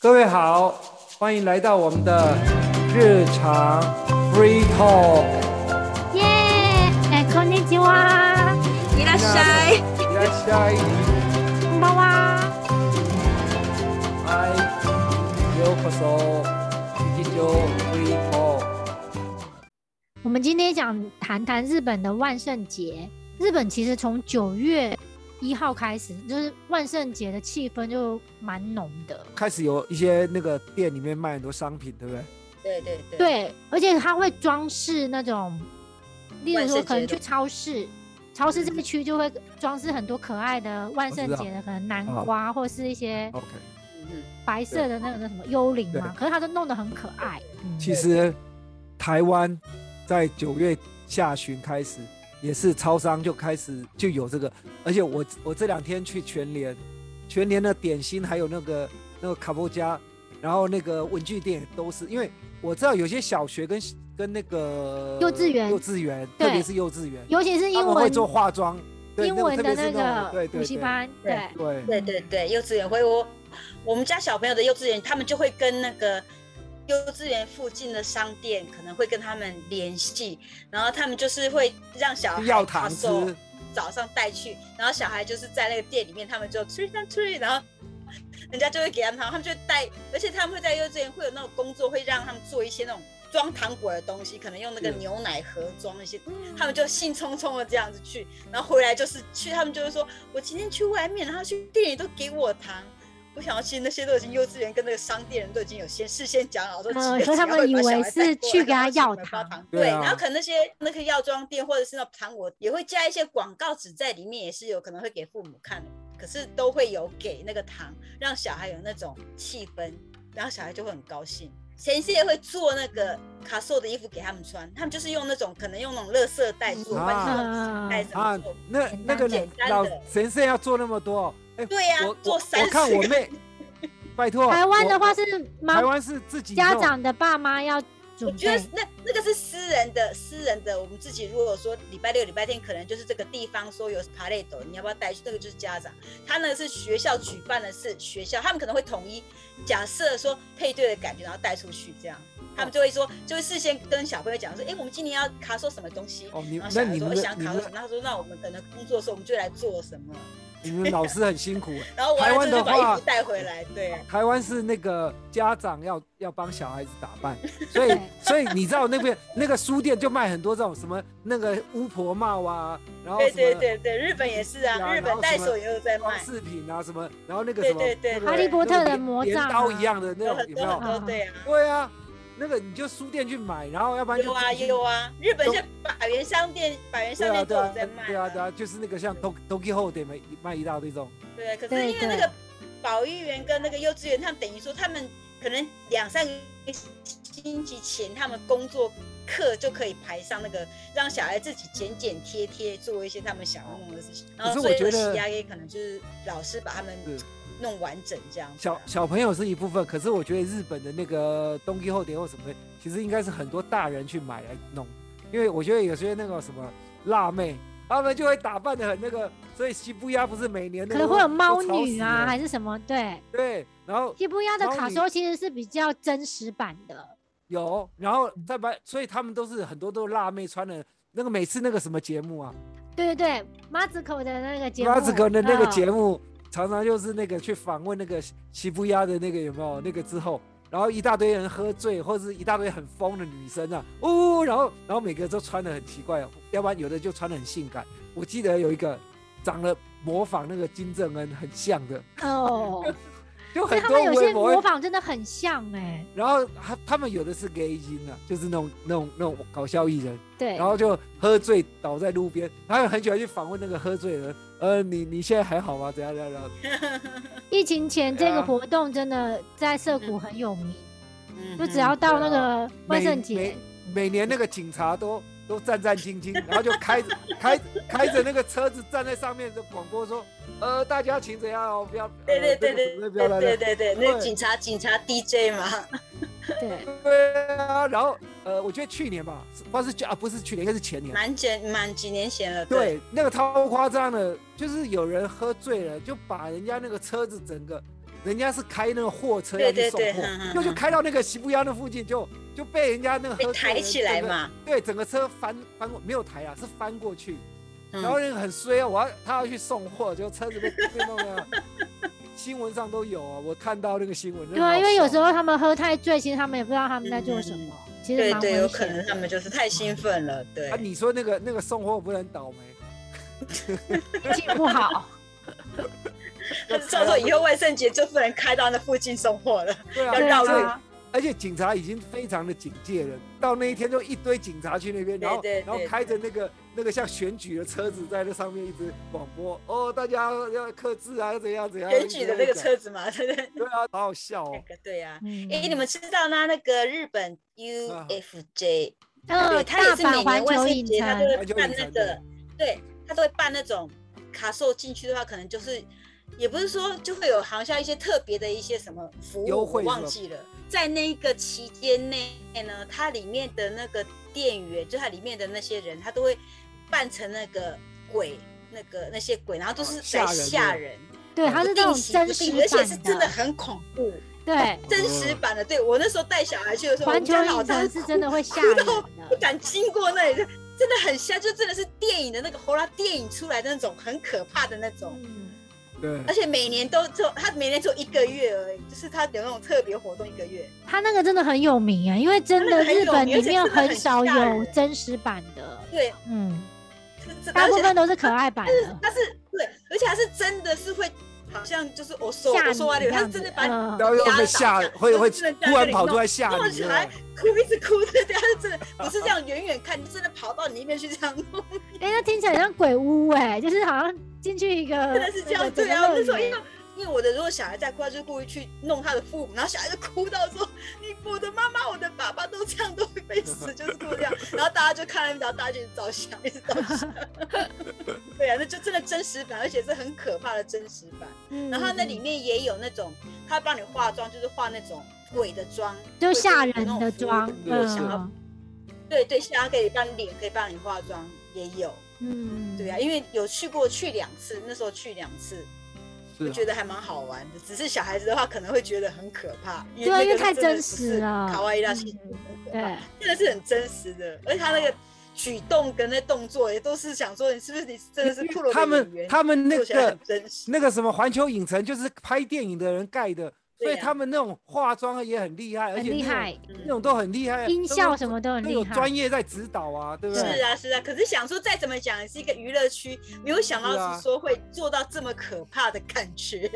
各位好，欢迎来到我们的日常 free talk。耶，哎，こんにちは，伊拉塞，いらっしゃい。こんばんは。嗨，ようこそ。一九 free talk。我们今天想谈谈日本的万圣节。日本其实从九月一号开始，就是万圣节的气氛就蛮浓的。开始有一些那个店里面卖很多商品，对不对？对对对，对，而且它会装饰那种，例如万圣说节可能去的超市，超市这个区就会装饰很多可爱的万圣节的，可能南啊瓜或是一些 OK，嗯嗯，白色的那个叫什么幽灵嘛对，可是它都弄得很可爱。嗯其实台湾在九月下旬开始，也是超商就开始就有这个，而且我我这两天去全联，全联的点心还有那个那个卡布加，然后那个文具店也都是，因为我知道有些小学跟跟那个幼稚园幼稚园，对特别是幼稚园，尤其是他英们会文做化妆，对英文的那个特那别是那种对个对补习对班，对对对对对对，幼稚园会我我们家小朋友的幼稚园，他们就会跟那个幼稚园附近的商店可能会跟他们联系，然后他们就是会让小孩要糖吃，手早上带去，然后小孩就是在那个店里面，他们就 t r e a t r e a 然后 人家就会给他们糖，他们就会带，而且他们会在幼稚园会有那种工作，会让他们做一些那种装糖果的东西，可能用那个是牛奶盒装一些，他们就兴冲冲的这样子去，然后回来就是去，他们就会说，我今天去外面，然后去店里都给我糖。我想要去那些都已经幼稚园跟那个商店人都已经有先事先讲好，说几嗯月所以几他号们会以把小为孩带是过去给他来然后去要买包糖对，对啊然后可能那些那个药妆店或者是那糖果也会加一些广告纸在里面，也是有可能会给父母看的，可是都会有给那个糖，让小孩有那种气氛，然后小孩就会很高兴。前一些也会做那个卡索的衣服给他们穿，他们就是用那种可能用那种垃圾袋做，啊或者是用纸袋怎么啊做？，那简单那个简单的老神社要做那么多哦，哎，对呀我做我30我看我妹，拜托，台湾的我话是妈台湾是自己家弄长的爸妈要我准觉得嗯备，那那个是私人的，私人的。我们自己如果说礼拜六、礼拜天，可能就是这个地方说有 p a r 你要不要带去？那个就是家长，他那个是学校举办的是学校，他们可能会统一假设说配对的感觉，然后带出去这样。他们就会说，就会事先跟小朋友讲说，哎、我们今年要卡说什么东西，哦，你然后那小孩你说们我的想你卡们说的什么，他说那我们可能工作的时候我们就来做什么，你们老师很 辛苦哎。然后台完湾了之后的就把话衣服带回来，对。台湾是那个家长要要帮小孩子打 扮，所以对所以你知道那边那个书店就卖很多这种什么那个巫婆帽啊，然后对什对么对对，日本也是然后啊，日什本么袋手也有在装卖，饰品啊什么，然后那个对什么对对那个对哈利波特的那个魔镰杖啊刀一样的那有种很有没多很有？多，对啊。对啊，那个你就书店去买，然后要不然就有啊自己有啊，日本现在百元商店、百元对商啊店都对有啊在卖、对啊对啊，就是那个像 Tok Tokyo h o d 卖卖一大堆这种，对可对是因为那对个保育员跟那个幼稚园，他们等于说他们可能两三个星期前，他们工作课就可以排上那个，让小孩自己剪剪贴贴，做一些他们想要弄的事情。然可是后我最后觉得 C I A 可能就是老师把他们是弄完整这样子啊、小小朋友是一部分，可是我觉得日本的那个东西后点或什么的，其实应该是很多大人去买来弄，因为我觉得有些那个什么辣妹，他们就会打扮的很那个，所以西布鸭不是每年可能会有猫女啊，还是是什么？对，对，然后西不亚的猫卡女修其实是比较真实版的，有，然后再把，所以他们都是很多都是辣妹穿的。那个每次那个什么节目啊，对对对，马子口的那个节目，嗯拉子哥的那个节目，目，常常就是那个去访问那个西西布鸭的那个有没有那个之后，然后一大堆人喝醉，或者是一大堆很疯的女生啊，哦，然后然后每个都穿的很奇怪，要不然有的就穿的很性感。我记得有一个长得模仿那个金正恩很像的，哦，就所 以很 他多们有些微博模，仿真的很像哎，然后他他们有的是 gay 音啊，就是那种那种那种搞笑艺人，对然，后就喝醉倒在路边，他们很喜欢去访问那个喝醉的人，呃，你你现在还好吗？怎样怎样怎样？疫情前对这啊个活动真的在涩谷很有名，嗯就只要到那对个万每圣每节，每年那个警察都都战战兢兢， 然后就开着开开着那个车子站在上面就广播说，呃，大家请怎样哦，不要，对对呃对这个对不要来对对了，对对，那对个警察警察 DJ 嘛，对，对啊，然后呃，我觉得去年吧，是不是去啊，不是去年，应该是前年，蛮前蛮几年前了，对，那个超夸张的，就是有人喝醉了，就把人家那个车子整个人家是开那个货车对要去对送对货哼哼，就就哼开到那个西部腰那附近，就就被人家那个被合作抬人起来整个，嘛，对，整个车翻翻过，没有抬啊，是翻过去，嗯然后那个很衰啊，我要他要去送货，就车子被被弄 了，啊新闻上都有啊，我看到那个新闻，对啊，因为有时候候他们喝太醉，其实他们也不知道他们在做什么，其实对蛮危对，险的。有可能他们就是太兴奋了，对啊，，你说那个那个送货不能倒霉，记不好，他 照说以后万圣节就不能开到那附近送货了，对啊，要绕所以路。而且警察已经非常的警戒了，到那一天就一堆警察去那边，然后对对然后对开着那个那个像选举的车子在那上面一直广播，哦，大家要克制啊，怎样怎样。选举的那个一直车子嘛，对不对？在讲，对啊，好好笑那哦。个对呀、啊。嗯，哎、你们知道那那个日本啊呃，UFJ，、对，大嗯他也是每阪年环万球圣影节他都城，会办环那球影城个，对他都会办那种卡兽进去的话，可能就是也不是说就会有好像一些特别的一些什么服务，优惠我是吧忘记了。在那一个期间内呢，它里面的那个店员，就它里面的那些人，他都会扮成那个鬼，那个那些鬼，然后都是啊吓来人的吓人，对，它是那种不定期真不实定版而且是真的很恐怖。哦对，真实版的。对我那时候带小孩去的时候，我环们球家老影大城是哭真的会吓哭人到不的，敢经过那里，真的很吓，就真的是电影的那个horror 电影出来的那种很可怕的那种。嗯，对，而且每年都就他每年只有一个月而已，就是他有那种特别活动一个月。它那个真的很有名啊，因为真的它那日个很有本名而里且面真的很很少吓有人真实版的，对，嗯，是真的大而部且分他都是可爱版的。他是对，而且他是真的是会，好像就是我说吓我你说完这了，他样是子真的把你嗯然后又被吓，会会就是突然跑出来吓弄你，哦起对来吧哭，一直哭， 对对，他是真的不是这样远远看，真的跑到你那边去这样弄。哎、那听起来像鬼屋哎、就是好像进去一个真的是这样，那个对啊，我那时候因整个乐园为因为我的如果小孩在哭，他就故意去弄他的父母，然后小孩就哭到说：“你我的妈妈、我的爸爸都这样，都会被死，就是哭这样。”然后大家就看，然后大家就一直照相，一直照相。 对啊，那就真的真实版，而且是很可怕的真实版。嗯然后它那里嗯面也有那种，他帮你化妆，就是化那种鬼的妆，就鬼吓有那人种的服务妆，对想要嗯对对，吓可以帮你脸，可以帮你化妆，也有。嗯，对啊，因为有去过，去两次，那时候去两次。是我啊觉得还蛮好玩的。只是小孩子的话，可能会觉得很可怕，因对啊那因为个太真的真不实是了卡哇伊拉嗯是很可怕对，真的是很真实的，而且他那个举动跟那动作也都是想说，你是不是你真的是骷髅他的演们员？他们那做起来个很真实，那个什么环球影城就是拍电影的人盖的，所对以啊他们那种化妆也很厉害，而很且那厉种害，那种都很厉害，音效什么么都很都厉有害专。业在指导啊，对不对？是啊是啊。可是想说再怎么讲也是一个娱乐区，没有想是到啊是说会做到这么可怕的感觉。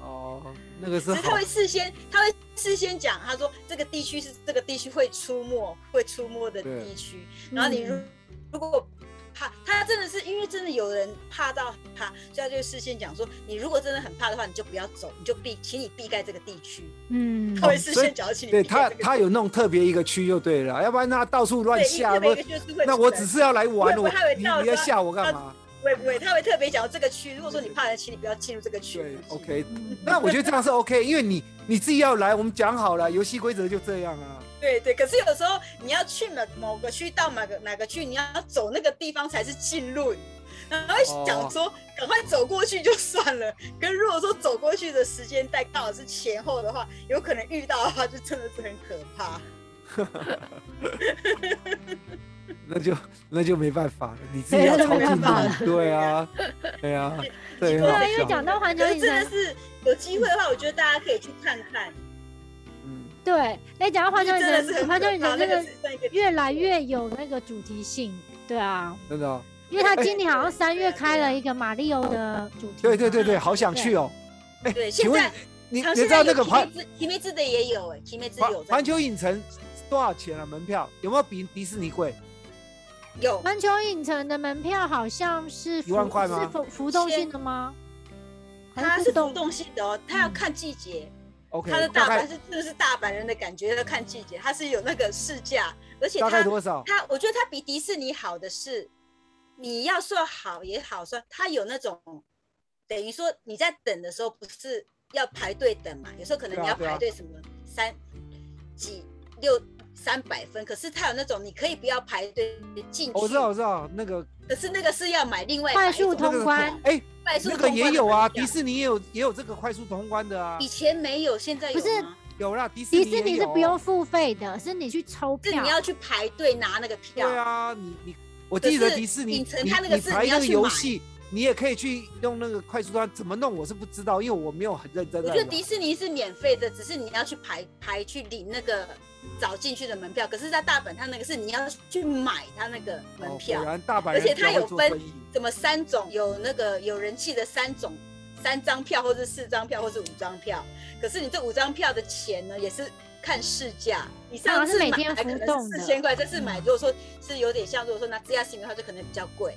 哦，那个是只是他好会事先，他会事先讲，他说这个地区是这个地区会出没，会出没的对地区。然后你如嗯如果怕，他真的是因为真的有人怕到很怕，所以他就事先讲说，你如果真的很怕的话，你就不要走，你就避，请你避开这个地区。嗯，他会事所以先讲，请你对避他开这个他有那种特别一个区就对了，要不然他到处乱对，因吓为我每个。就是会出来。那我只是要来玩，会不我会他会你到你要时候吓我他干嘛？不会不会，他会特别讲这个区。如果说你怕人，请你不要进入这个区。对不行，OK。嗯那我觉得这样是 OK，因为你你自己要来，我们讲好了，游戏规则就这样啊。对对，可是有时候你要去某某个区到哪个哪个区，你要走那个地方才是进入，然后会想说赶快走过去就算了。 可是如果说走过去的时间带刚好是前后的话，有可能遇到的话就真的是很可怕。那就那就没办法了，你自己要对超 那就进没办度。对啊，对啊，对，对很好啊，因为笑讲到环球可是影真的城，是有机会的话，我觉得大家可以去看看，嗯，对，哎，讲到环球真影的是很城，可环球影怕。城那真个的是算一个越来越有那个主题性，对啊，真的哦，因为他哎今年好像三月对啊开了一个马里奥的主题嘛，对对对对，好想去哦。哎对。现请问在你啊你好像现知在道有那个环奇梅兹的也有哎，奇梅兹环有在环球影城多少钱啊？门票有没有比迪士尼贵？有环球影城的门票好像是浮一万块吗是浮浮动性的吗？它是浮动性的哦，它要嗯看季节。 OK，它的大大阪概是真的是大阪人的感觉，要看季节，它是有那个试驾，而且大概它多少？它，我觉得它比迪士尼好的是，你要说好也好说，它有那种等于说你在等的时候不是要排队等嘛，有时候可能对啊你要对啊排队什么三几六三百分，可是它有那种你可以不要排队进去，哦我知道，我知道，那个可是那个是要买另外快买一速种那个通关哎，快速那通个关也的有啊，门票迪士尼也有也有这个快速通关的啊，以前没有，现在有不是吗有啊啦，迪士迪尼士也尼是有不用付费的，是你去抽是票。你要去排队拿那个票，对啊，你你我可记得是迪士尼，影城你它那个你是排你要那个去游买戏，你也可以去用那个快速通，怎么弄我是不知道，因为我没有很认真我在觉玩。得迪士尼是免费的，只是你要去排排去领那个早进去的门票。可是，在大阪，它那个是你要去买它那个门哦票，果然大阪而人且比它较会有做分生意怎么三种有那个有人气的三种，三张票或是四张票或是五张票。可是你这五张票的钱呢，也是看市价。你上啊次是每买天可浮能动是的四千块，这次买嗯如果说是有点像，如果说拿自家行的话，就可能比较贵。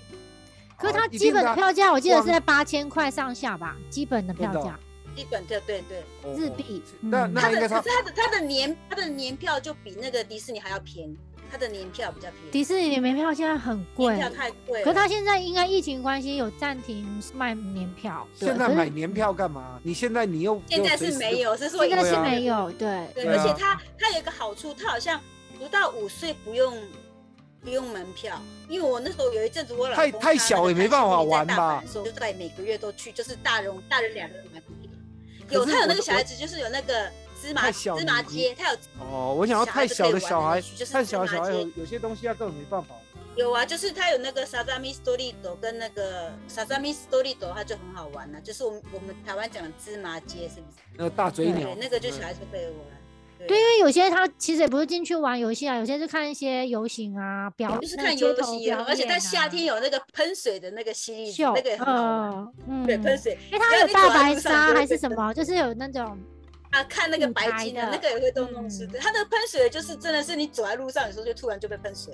可是哦它一基定本的啊的票价，我记得是光在八千块上下吧，基本的票真的价。基本票对对，哦日哦币那嗯那它应该的差可是它的它的年它的年票就比那个迪士尼还要便宜，它的年票比较便宜。迪士尼的门票现在很贵年，票太贵了，可是它现在应该疫情关系有暂停卖年票。对现在可是买年票干嘛？你现在你又现在是没，有，是说现在对是啊没有，对，对，对而且啊它它有一个好处，它好像不到五岁不用不用门票，因为我那时候有一阵子我老公太他太小那也个没办法孩子在玩大吧阪的时候就在每个月都去，就是大人大人两个人买不起可有是他有我那个的小孩子，就是有那个芝麻太小芝麻你街，他有就是哦，我想要太小的小孩小孩就可以玩的那太小的小种就，是孩芝麻街有有些东西他根本没办法玩。有啊，就是它有那个 Sazami Story 斗跟那个 Sazami Story 斗，它就很好玩了、就是我们我们台湾讲的芝麻街，是不是？那个大嘴鸟对，，那个就小嗯孩子可以玩。对，因为有些他其实也不是进去玩游戏啊，有些是看一些游行啊，表就是那个看街游头戏也表很，而且演啊它夏天有那个喷水的那个犀利，秀，那个也很好玩。呃，嗯，对，喷水，因为只它要有你大走在白路上就鲨会还是被什喷么，就是有那种啊？看那个舞白台鲸的，的那个也会动弄湿嗯的。它那个喷水就是真的是你走在路上，有时候就突然就被喷水。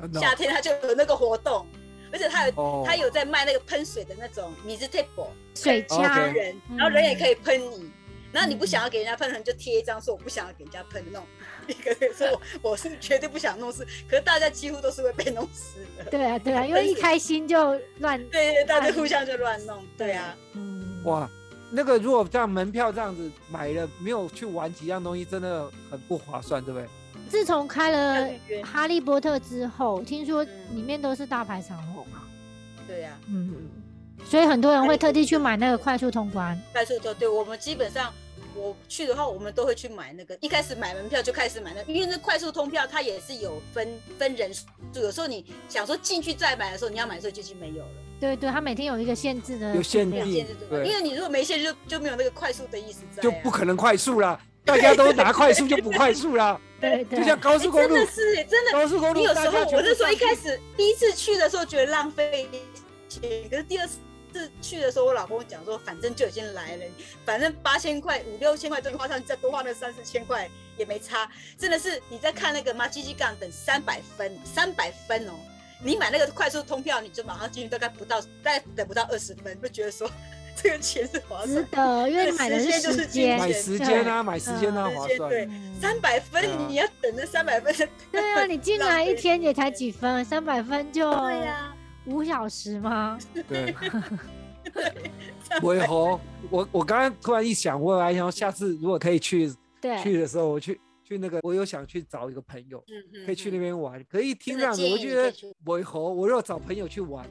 真的哦夏天它就有那个活动，而且它有哦，它有在卖那个喷水的那种水 table。水哦枪， OK 人，然后人也可以喷你。然后你嗯不想要给人家喷，你就贴一张说我不想要给人家喷弄。 一个人说我我是绝对不想弄湿，可是大家几乎都是会被弄湿的。对啊对啊，因为一开心就乱，对对，大家互相就乱弄。对啊，，嗯，哇，那个如果这样门票这样子买了，没有去玩几样东西，真的很不划算，对不对？自从开了像那《个哈利波特》之后，听说嗯里面都是大排长龙啊，对啊，嗯，所以很多人哈会利波特地去特买那个快速通关，快速说，对我们基本上我去的话，我们都会去买那个。一开始买门票就开始买那个，因为那快速通票它也是有分分人数，有时候你想说进去再买的时候，你要买的时候就已经没有了。对对，它每天有一个限制的有限数量定限制对吧嗯对因为你如果没限制，就就没有那个快速的意思在啊。就不可能快速啦，大家都拿快速就不快速 啦，对对，就像高速公啊哎真路的，是真的，高速公你路有时大候家我是说一开始始第一次去的时候觉得浪费钱，可是第二次去的时候，我老公讲说，反正就已经来了，反正八千块、五六千块都花上去，再多花那三四千块也没差。真的是你在看那个马吉吉杠等三百分，三百分哦。你买那个快速通票，你就马上进去，大概不到，大概等不到二十分，就觉得说 这个钱是划值算。得，因为你买的时间就是时金间，钱买时间啊，买时间啊，时划间算。嗯对嗯三百分对啊，你要等那三百分。对啊，你进浪来一费天也才时几分，三百分就对啊呀、嗯五小时吗？对，尾猴，我我刚刚突然一想，我还想下次如果可以去对，去的时候，我去去那个，我有想去找一个朋友，嗯嗯可以去嗯那边玩。可以听真这的样子，建我议觉你可以得去尾猴，我若找朋友去玩，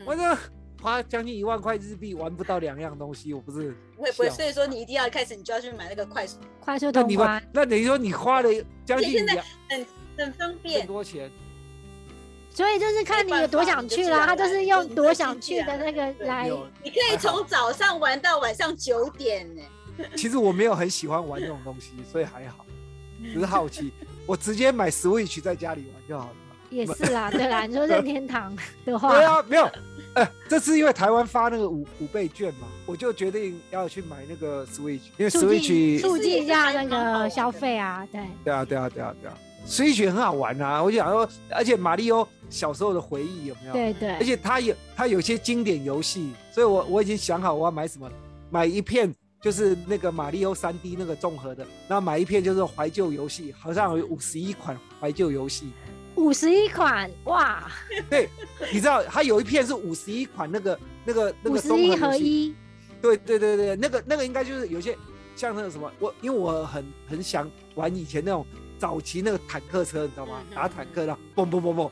嗯我这花将近一万块日币玩不到两样东西，我不是不会不会，笑所以说你一定要开始，你就要去买那个快速，快速那通你关们。那等于说你花了将而且近现在两很方千便。多钱，所以就是看你有多想去啦，他就是用多想去的那个来没。有。你可以从早上玩到晚上九点呢、其实我没有很喜欢玩这种东西，所以还好，嗯只是好奇。我直接买 Switch 在家里玩就好了。也 是啦，对啦，你说任天堂的话，对啊，没有，呃，这次因为台湾发那个五五倍券嘛，我就决定要去买那个 Switch，因为促进 Switch，促进一下那个消费啊，对，对啊，对啊，对啊，对啊，Switch 很好玩啊。我就想说，而且马里奥小时候的回忆有没有？对而对，且它有它有些经典游戏，所以我我已经想好我要买什么，买一片就是那个马里奥三 D 那个综合的，然后买一片就是怀旧游戏，好像有五十一款怀旧游戏。五十一款哇，对，你知道它有一片是五十一款那个那个那五个十综合一游戏合一，对对对对，那个那个应该就是有些像那个什么，我因为我很很想玩以前那种早期那个坦克车，你知道吗嗯？嗯打坦克的，嘣嘣嘣嘣，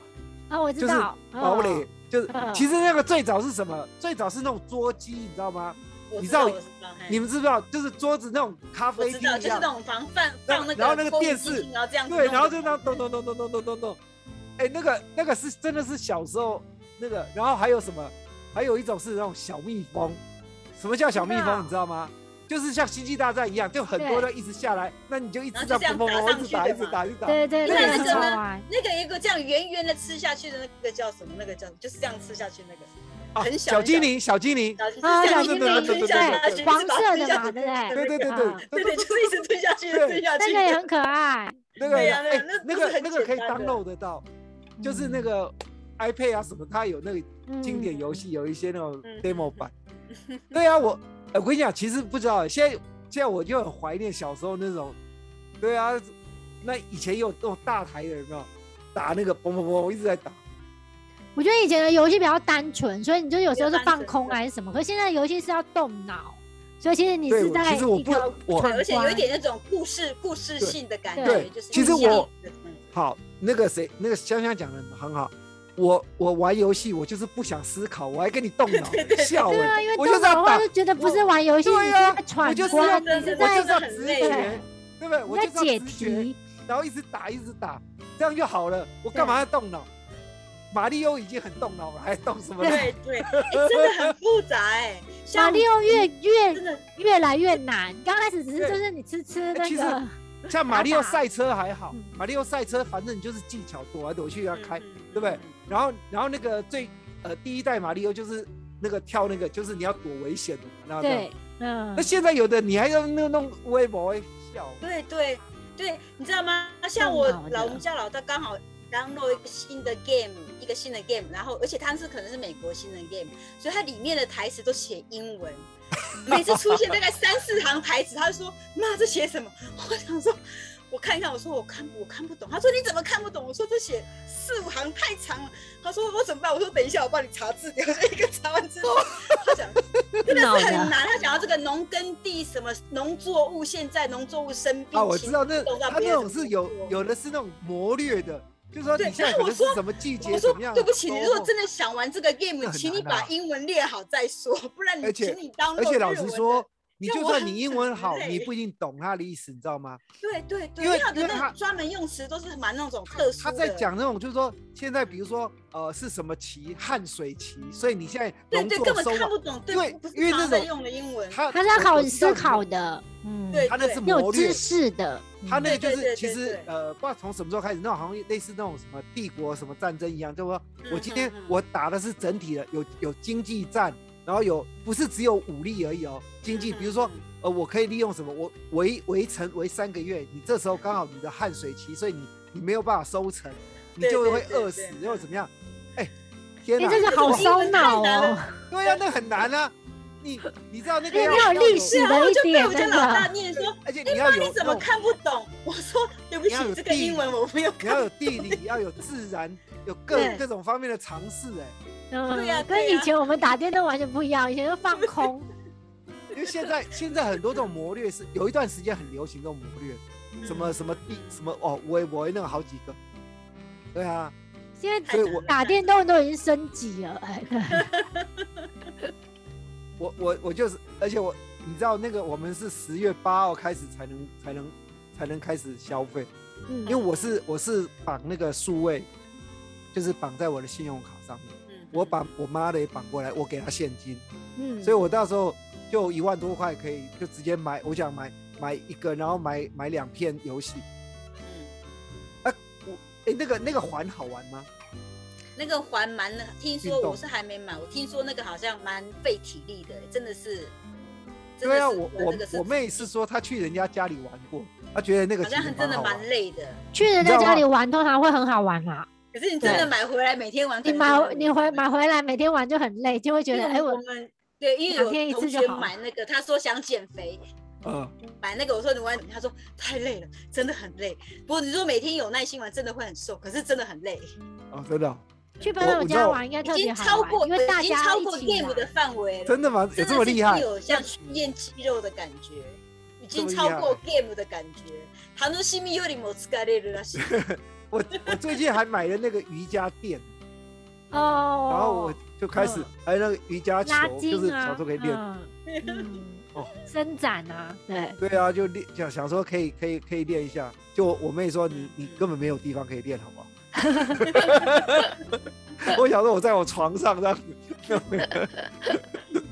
啊，我知就是哦道，堡垒哦嗯， 就是嗯其实那个最早是什么？最早是那种桌机，你知道吗？我你知知道道，我知道，嘿你们知不知道？就是桌子那种咖我啡知厅道，一就是样那，种防范然放后那个然后那个公益电基视金然后这样子对，弄然后的就那样咚咚咚咚咚咚咚咚哎，那个那个是真的是小时候那个，然后还有什么？还有一种是那种小蜜蜂，什么叫小蜜知道啊蜂？你知道吗？就是像星际大战一样，就很多人一直下来，那你就一直然后就在这样砰砰打上砰一直打，去一的直嘛打，一直打。对对，那那个个很是好真的玩。那个一个这样圆圆的吃下去的那个叫什么？那个叫就是这样吃下去那个。啊很小小很精小灵，小精灵，然后就是啊这小样一精直灵吞下对去，一直黄把它色吞的下嘛去对不对对对对啊对 对对，就是一直吞下去，对吞下去。那个也很可爱，那个对呀对哎呀那，那都是个很那个可以简单的嗯 download 得到，就是那个 iPad 啊什么，它有那个嗯经典游戏有一些那种嗯 demo 版。对啊，我呃我跟你讲，其实不知道，现在现在我就很怀念小时候那种，对啊，那以前有那种大台的有没有打那个嘣嘣嘣，我一直在打。嗯。我觉得以前的游戏比较单纯，所以你就有时候是比较单放纯空还是什么，可是现在的游戏是要动脑，所以其实你对是我在其实我一不个我闯而且有一关点那种故事故事性的感觉，对就是其实一样我的嗯好，那个谁，那个香香讲的很好。我我玩游戏，我就是不想思考，我还跟你动 脑笑对哎、啊，因为我就动是要脑的打话就觉得不是我玩游戏，对呀、你是在我闯就是要，关，我你就是是在要很直累觉，对不对？我你在就是解要直觉，题，然后一直打，一直打，这样就好了。我干嘛要动脑？马里奥已经很动脑了，还动什么脑？对对，哎真的很复杂哎。像马里奥越真越的嗯越来越难，刚开始只是对就是你吃吃哎那其实个，像马里奥赛车还好嗯，马里奥赛车反正你就是技巧躲来躲去要嗯开，嗯对不对？然后然后那个最呃第一代马里奥就是那个跳那个，就是你要躲危险的，然后这样对，嗯那，现在有的你还要那弄微博笑，啊对对对，你知道吗？像动我脑老的我们家老大刚好 download 一个新的 game，一个新的 game，然后而且它是可能是美国新的 game，所以它里面的台词都写英文。每次出现大概三四行台词，他就说：“妈，这写什么？” 我想说，我看一看，我说我看我看不懂。他说：“你怎么看不懂？”我说：“这写四五行太长了。”他说：“我怎么办？”我说：“等一下，我帮你查字典。”我 就一个查完之后，他想真的是脑很的啊难。他讲到这个农耕地什么农作物，现在农作物生病啊，我知道禽那兽动到他别那人种是有的农作物有的是那种谋略的，就是说你对现在然后可我能是说什么季节我怎说么样。对不起，你多如果么真的想玩这个这 game，很请你难啊把英文练好再说， 不然而你且请你当而且老实说，你让就我算很欸你英文很好，累你不一定懂他的意思，你知道吗？对对对，因为他的因为那他种专门用词都是蛮那种特殊他的。在讲那种就是说现在比如说呃是什么旗，汗水旗，所以你现在对农对，作根本收看获不，懂，对不是啊因为常那在种用的英文。他它是要我考我你知道思你考的，嗯，对他那是有谋略嗯知。识的，他那个对就对是对其对实对呃，不知道从什么时候开始，那种好像类似那种什么帝国什么战争一样，就是说我今天嗯嗯嗯我打的是整体的，有有经济战，然后有不是只有武力而已哦，经济，嗯比如说嗯呃，我可以利用什么，我围围城围三个月，你这时候刚好你的汗水期，所以你你没有办法收成，你对就对会对饿对死嗯又怎么样？哎，天因为哪，这个好哇烧脑英文太难哦，对呀，那很难啊，你你知道那个因为要哎你有要历有史对啊，的我一就被点我家那老大个，念说哎而且你要有你怎那么种看不懂？我说对不起要有，这个地英文我没有你看要有懂。地理，要有自然，有各对各种方面的尝试。哎，对呀嗯，对跟以呀前我们打电动完全不一样，以前就放 空，因为现在现在很多这种谋略是有一段时间很流行这种谋略，什嗯么什么地什么哦，我我那个好几个，对啊，现在太所以难我了打电动都已经升级了，哎我我我就是，而且我你知道那个我们是十月八号开始才能才能才能开始消费，嗯因为我是我是绑那个数位，就是绑在我的信用卡上面，嗯我把我妈的也绑过来，我给她现金，嗯，所以我到时候就一万多块可以就直接买，我想买买一个，然后买买两片游戏。嗯哎，那个那个环好玩吗？那个环蛮，听运说动我是还没买，我听说那个好像蛮费体力的，真的是。真的对啊，是我那个我我妹是说她去人家家里玩过，她觉得那个好像其实很真的好啊玩蛮累的，去人你知家道家吗里玩通常会很好玩啦，可是你真对的买回来每天玩可你能买真的很累，你回买回来每天玩就很累，就会觉因为得哎我我们对，因两天为一有同次就学好买那个，他说想减肥，呃，买那个我说你玩，他说太累了，真的很累。不过你说每天有耐心玩，真的会很瘦，可是真的很累，哦，真的哦去朋友我知道家玩应该特别已经好超玩，过因为大已经家超一过起 game 的玩，范围了，真的吗？有真这的么是厉害？有像训练肌肉的感觉。已经这么超厉害过 game 的感觉。楽しみよりも疲れるらしい。我我最近还买了那个瑜伽垫，哦，然后我就开始嗯还有那个瑜伽球拉，筋啊，就是小时候可以练。嗯，嗯哦伸展啊，对，对啊，就练想想说可以可以可以练一下。就我妹说你你根本没有地方可以练，好 不好？我想说我在我床上这样子，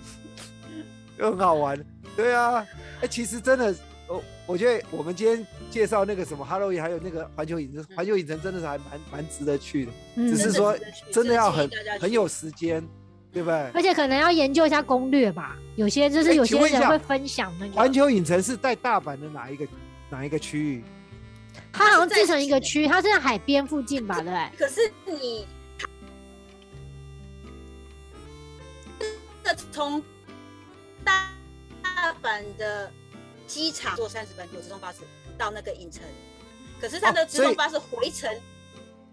就很好玩。对啊，哎、其实真的，我我觉得我们今天介绍那个什么 Hello，还有那个环球影城，环球影城真的是还蛮蛮值得去的，嗯只是说真的值得去真的要很真的建议大家去很有时间，对不对？而且可能要研究一下攻略吧。有些就哎是有请些问一人下会分享那环个，球影城是在大阪的哪一个哪一个区域？它好像它是在自成一个市区，它是在海边附近吧，对不对？可是你，那从大大阪的机场坐三十分有直通巴士到那个影城，可是它的哦直所以通巴士回程，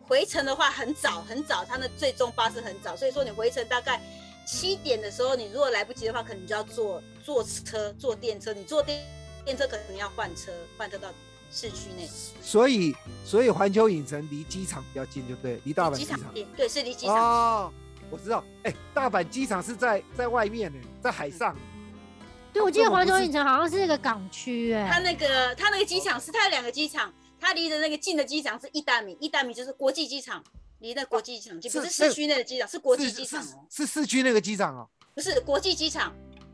回程的话很早很早，它的最终巴士很早，所以说你回程大概。七点的时候，你如果来不及的话，可能就要坐坐车、坐电车。你坐电电车可能要换车，换车到市区内。所以，所以环球影城离机场比较近，就对，离大阪机场。近对，是离机场近。哦，我知道，哎、大阪机场是在在外面呢，在嗯海上。对，我记这得我环不球是影城好像是那个港区，嗯他哎，那个他那个机场是他有两个机场，他离的那个近的机场是伊达米，伊达米就是国际机场，离那国际机场近，是不是市区内的机场，是国际机场哦，是是是市区那个机场哦，不是国际机场。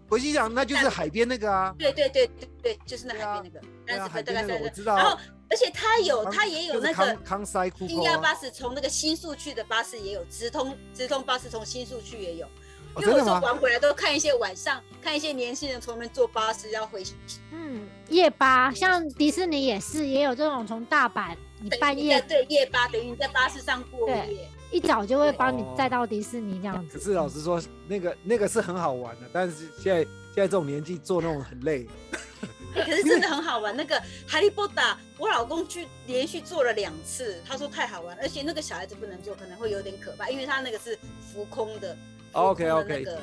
国际机场那就是海边那个啊。对对对对对，就是那海边那个对三啊，十海分大边概那三个十我分。知道然后啊。而且他有康他也有就是那个康康塞库新亚坡巴啊。士从那个新宿去的巴士也有，直通直通巴士从新宿去也有。哦因真为的我有时候吗？玩回来都看一些晚上，看一些年轻人从那边坐巴士要回嗯，夜巴，像迪士尼也是，也有这种从大阪，你半你在夜对夜巴，等于你在巴士上过对夜。一早就会帮你哦载到迪士尼这样可子。是老实说，那个那个是很好玩的，但是现在现在这种年纪做那种很累。可是真的很好玩。那个《哈利波特》，我老公去连续做了两次，他说太好玩，而且那个小孩子不能做，可能会有点可怕，因为他那个是浮空的。浮空的 OK，OK 那个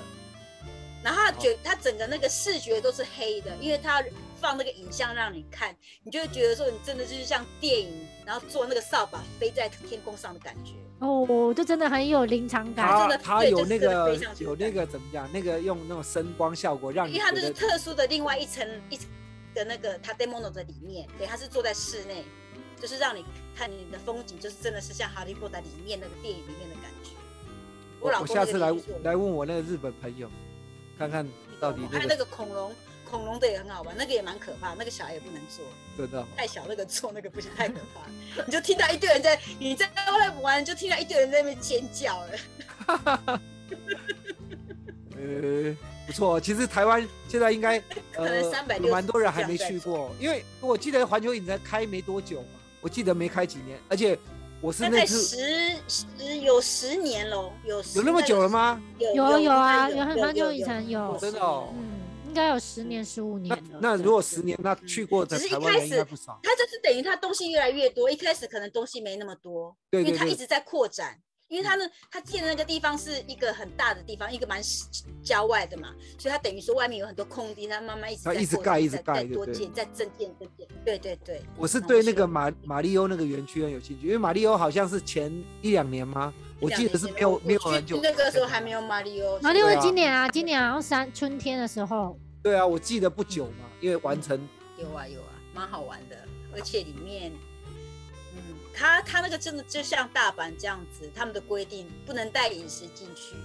然后他觉他整个那个视觉都是黑的，因为他放那个影像让你看，你就会觉得说你真的就是像电影，然后做那个扫把飞在天空上的感觉。哦，我就真的很有临场感。他真的他对有就是那真的个非常有那个怎么讲？那个用那种声光效果让因你为它觉就是得特殊的另外一层一层的那个 tademono 的里面，对，它是坐在室内，就是让你看你的风景，就是真的是像哈利波特里面那个电影里面的感觉。我老我公下那次个来邻居我来问我那个日本朋友，看看到底还那有那个个恐龙，恐龙的也很好玩，那个也蛮可怕，那个小孩也不能坐，真的好。太小那个坐那个不行，太可怕。你就听到一堆人在你在外面玩，你就听到一堆人在那边尖叫了。呃，不错，其实台湾现在应 该呃能360有蛮多人还没去过，因为我记得环球影城开没多久嘛，我记得没开几年，而且我是大那概次十十有十年喽，有十有那么久了？吗？有有有啊有有很有很久有以前有真的哦嗯，应该有十年、十五年那了。那对如果对嗯十年，那去过的只是一台湾人应开该始不少。它就是等于它东西越来越多，一开始可能东西没那么多，对对因为它一对，嗯直在扩展。因为它呢，它建的那个地方是一个很大的地方，一个蛮郊外的嘛，所以它等于说外面有很多空地，它慢慢一直它在一直扩展盖一直再盖再对多对建，再增建增建，对对对，我是那我对希那个望马马里欧那个园区很有兴趣，因为马里欧好像是前一两年吗？我记得是没有没有很久，哦那个时候还没有马里奥，然后另外对啊今年啊，今年好像三春天的时候，对啊，我记得不久嘛，嗯因为完成有啊有啊，蛮好玩的，而且里面，嗯，他他那个真的就像大阪这样子，他们的规定不能带饮食进去，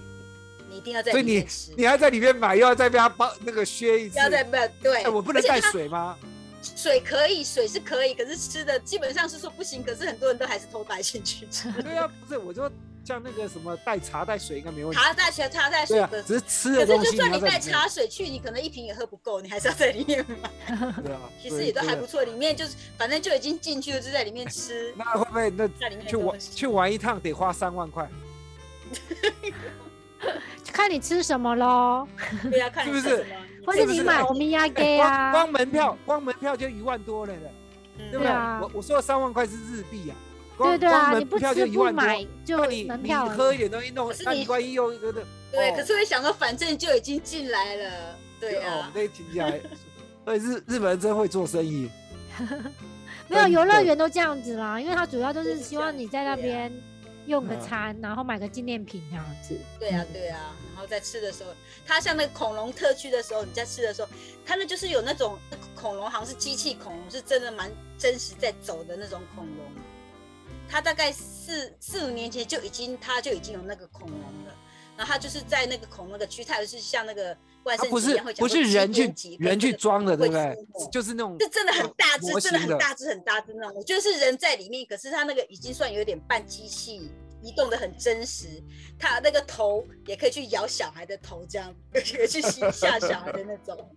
你一定要在所以里面吃，你还在里面买，又要再被他包那个削一不次。嗯要在不要对、哎，我不而能且带它水 吗？水可以，水是可以，可是吃的基本上是说不行，可是很多人都还是偷带进 去吃，对啊，不是，我说像那个什么带茶带水应该没问题。茶带水茶带水对啊可，只是吃的可是东就西算要你带在里面茶水去，你可能一瓶也喝不够，你还是要在里面买。对啊， 其实也都还不错。，错，里面就是反正就已经进去了，就在里面吃那会不会那在里面去的玩东西去玩一趟得花三万块？就看你吃什么喽，对啊，看是你不是吃什么，或是者不你是买啊欧米亚哎给光啊，光门票光门票就一万多了嘞，嗯对不对对？啊我我说的三万块是日币啊，光对对啊，光你门不票吃就一不万多。买就那你门你票了，喝一点东西弄可是，那你你万一又一个的，对，哦可是会想说，反正就已经进来了，对哦啊，那听起来所以日日本人真会做生意。没有真游乐的园都这样子啦，因为它主要就对是是希这望样你子在那呀边用个啊嗯餐，然后买个纪念品这样子。对啊嗯，对啊，然后在吃的时候，它像那个恐龙特区的时候，你在吃的时候，它那就是有那种恐龙，好像是机器恐龙，是真的蛮真实在走的那种恐龙。它大概四四五年前就已经，它就已经有那个恐龙了。然后它就是在那个恐龙的区，它就是像那个万他啊圣不节一是样会不讲说是几人点去几分人这去个装的，对会不对出没？就是那种这真的很大只模，真的型的很大只，很大只那种。我觉得是人在里面，可是它那个已经算有点半机器移动的很真实。它那个头也可以去咬小孩的头，这样 也去吸吓小孩的那种。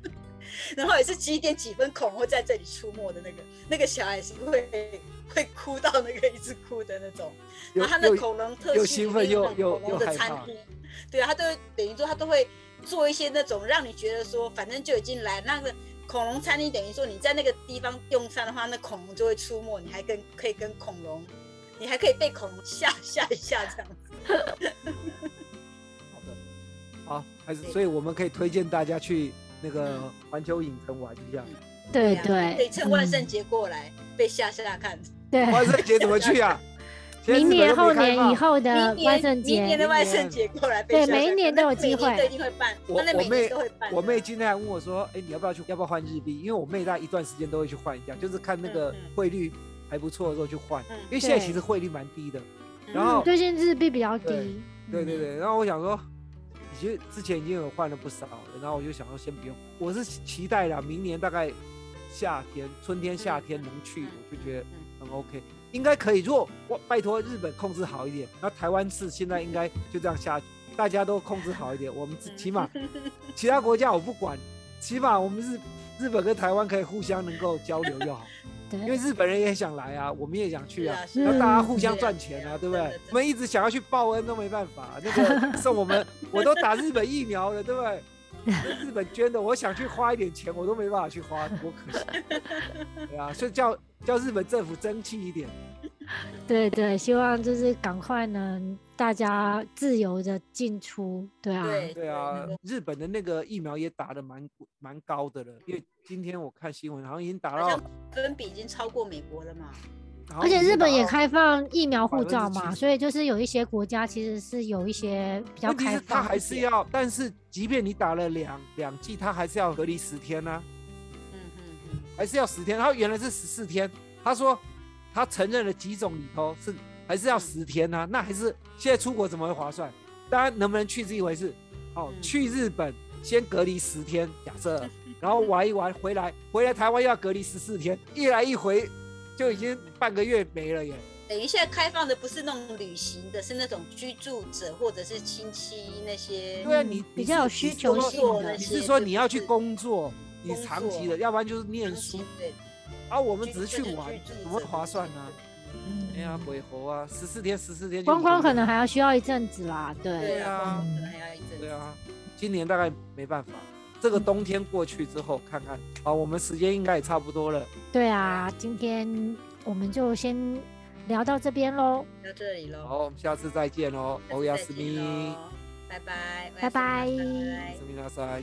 然后也是几点几分恐龙会在这里出没的那个，那个小孩也是会会哭到那个一直哭的那种。又然后他那又恐龙 特又区兴里奋面又那种又恐又龙的害餐怕厅，对啊，他都会等于说他都会做一些那种让你觉得说，反正就已经来那个恐龙餐厅，等于说你在那个地方用餐的话，那恐龙就会出没，你还跟可以跟恐龙，你还可以被恐龙吓吓一下这样。好的，好，还是对所以我们可以推荐大家去那个嗯环球影城玩一下。对啊对，可以趁万圣嗯节过来被吓吓看。万对，圣节怎么去 啊？现在日本明年都没后开年以放后的明啊万年圣明年节，的万明年圣节过来被对吓吓每一看年那都有每机年会都一定会办，我那我每妹年都会办的。我妹今天还问我说：“哎、你要不要去？要不要换日币？”因为我妹大概一段时间都会去换一下，就是看那个嗯嗯汇率还不错的时候去换，嗯因为现在对其实汇率蛮低的。嗯然后最近日币比较低对。对嗯对对，然后我想说，已经之前已经有换了不少了，然后我就想说先不用，我是期待啦，明年大概夏天、春天、夏天能去，嗯我就觉得很 OK，应该可以。如果我拜托日本控制好一点，然后台湾是现在应该就这样下去，大家都控制好一点，我们自嗯起码其他国家我不管，起码我们日日本跟台湾可以互相能够交流就好，对，因为日本人也想来啊，我们也想去啊，是那啊大家互相对啊赚钱啊，对对啊不对真的真？的我们一直想要去报恩都没办法，那个 送我们，我都打日本疫苗了，对不对？日本捐的，我想去花一点钱，我都没办法去花，多可惜。对啊，所以叫叫日本政府争气一点。对对，希望就是赶快能大家自由的进出，对啊，对对啊能够，日本的那个疫苗也打得蛮蛮高的了，因为今天我看新闻，好像已经打好到像，分比已经超过美国了嘛。好像而且已经日本也打到开放疫苗护70%照嘛，所以就是有一些国家其实是有一些比较问题开是放一他点，还是要，但是即便你打了两两剂，他还是要隔离十天啊呢、嗯嗯嗯，还是要十天。他原来是十四天，他说他承认了几种里头是还是要十天呢、那还是现在出国怎么会划算？当然能不能去是一回事，哦，嗯去日本先隔离十天，假设，然后玩一玩回来，回来台湾又要隔离十四天，一来一回就已经半个月没了耶。等于现在开放的不是那种旅行的，是那种居住者或者是亲戚那些。对啊，嗯你比你较是有你需是求说性做的那你些是说就你要是去工作，你工长期的，作要不然就是念长书期，对，啊，我们居只是去就是玩居，住怎么会者划或算啊者呢、嗯哎呀，鬼猴啊，十四天，十四天就观已光经可能还要需要一阵子啦，对对，啊，嗯可能还要一阵子。对啊，今年大概没办法，这个冬天过去之后看看。好，我们时间应该也差不多了。对啊，今天我们就先聊到这边喽，到这里喽，好，我们下次再见喽，哦下欧次亚再斯见密，喽，拜拜，拜拜拜斯密拉塞。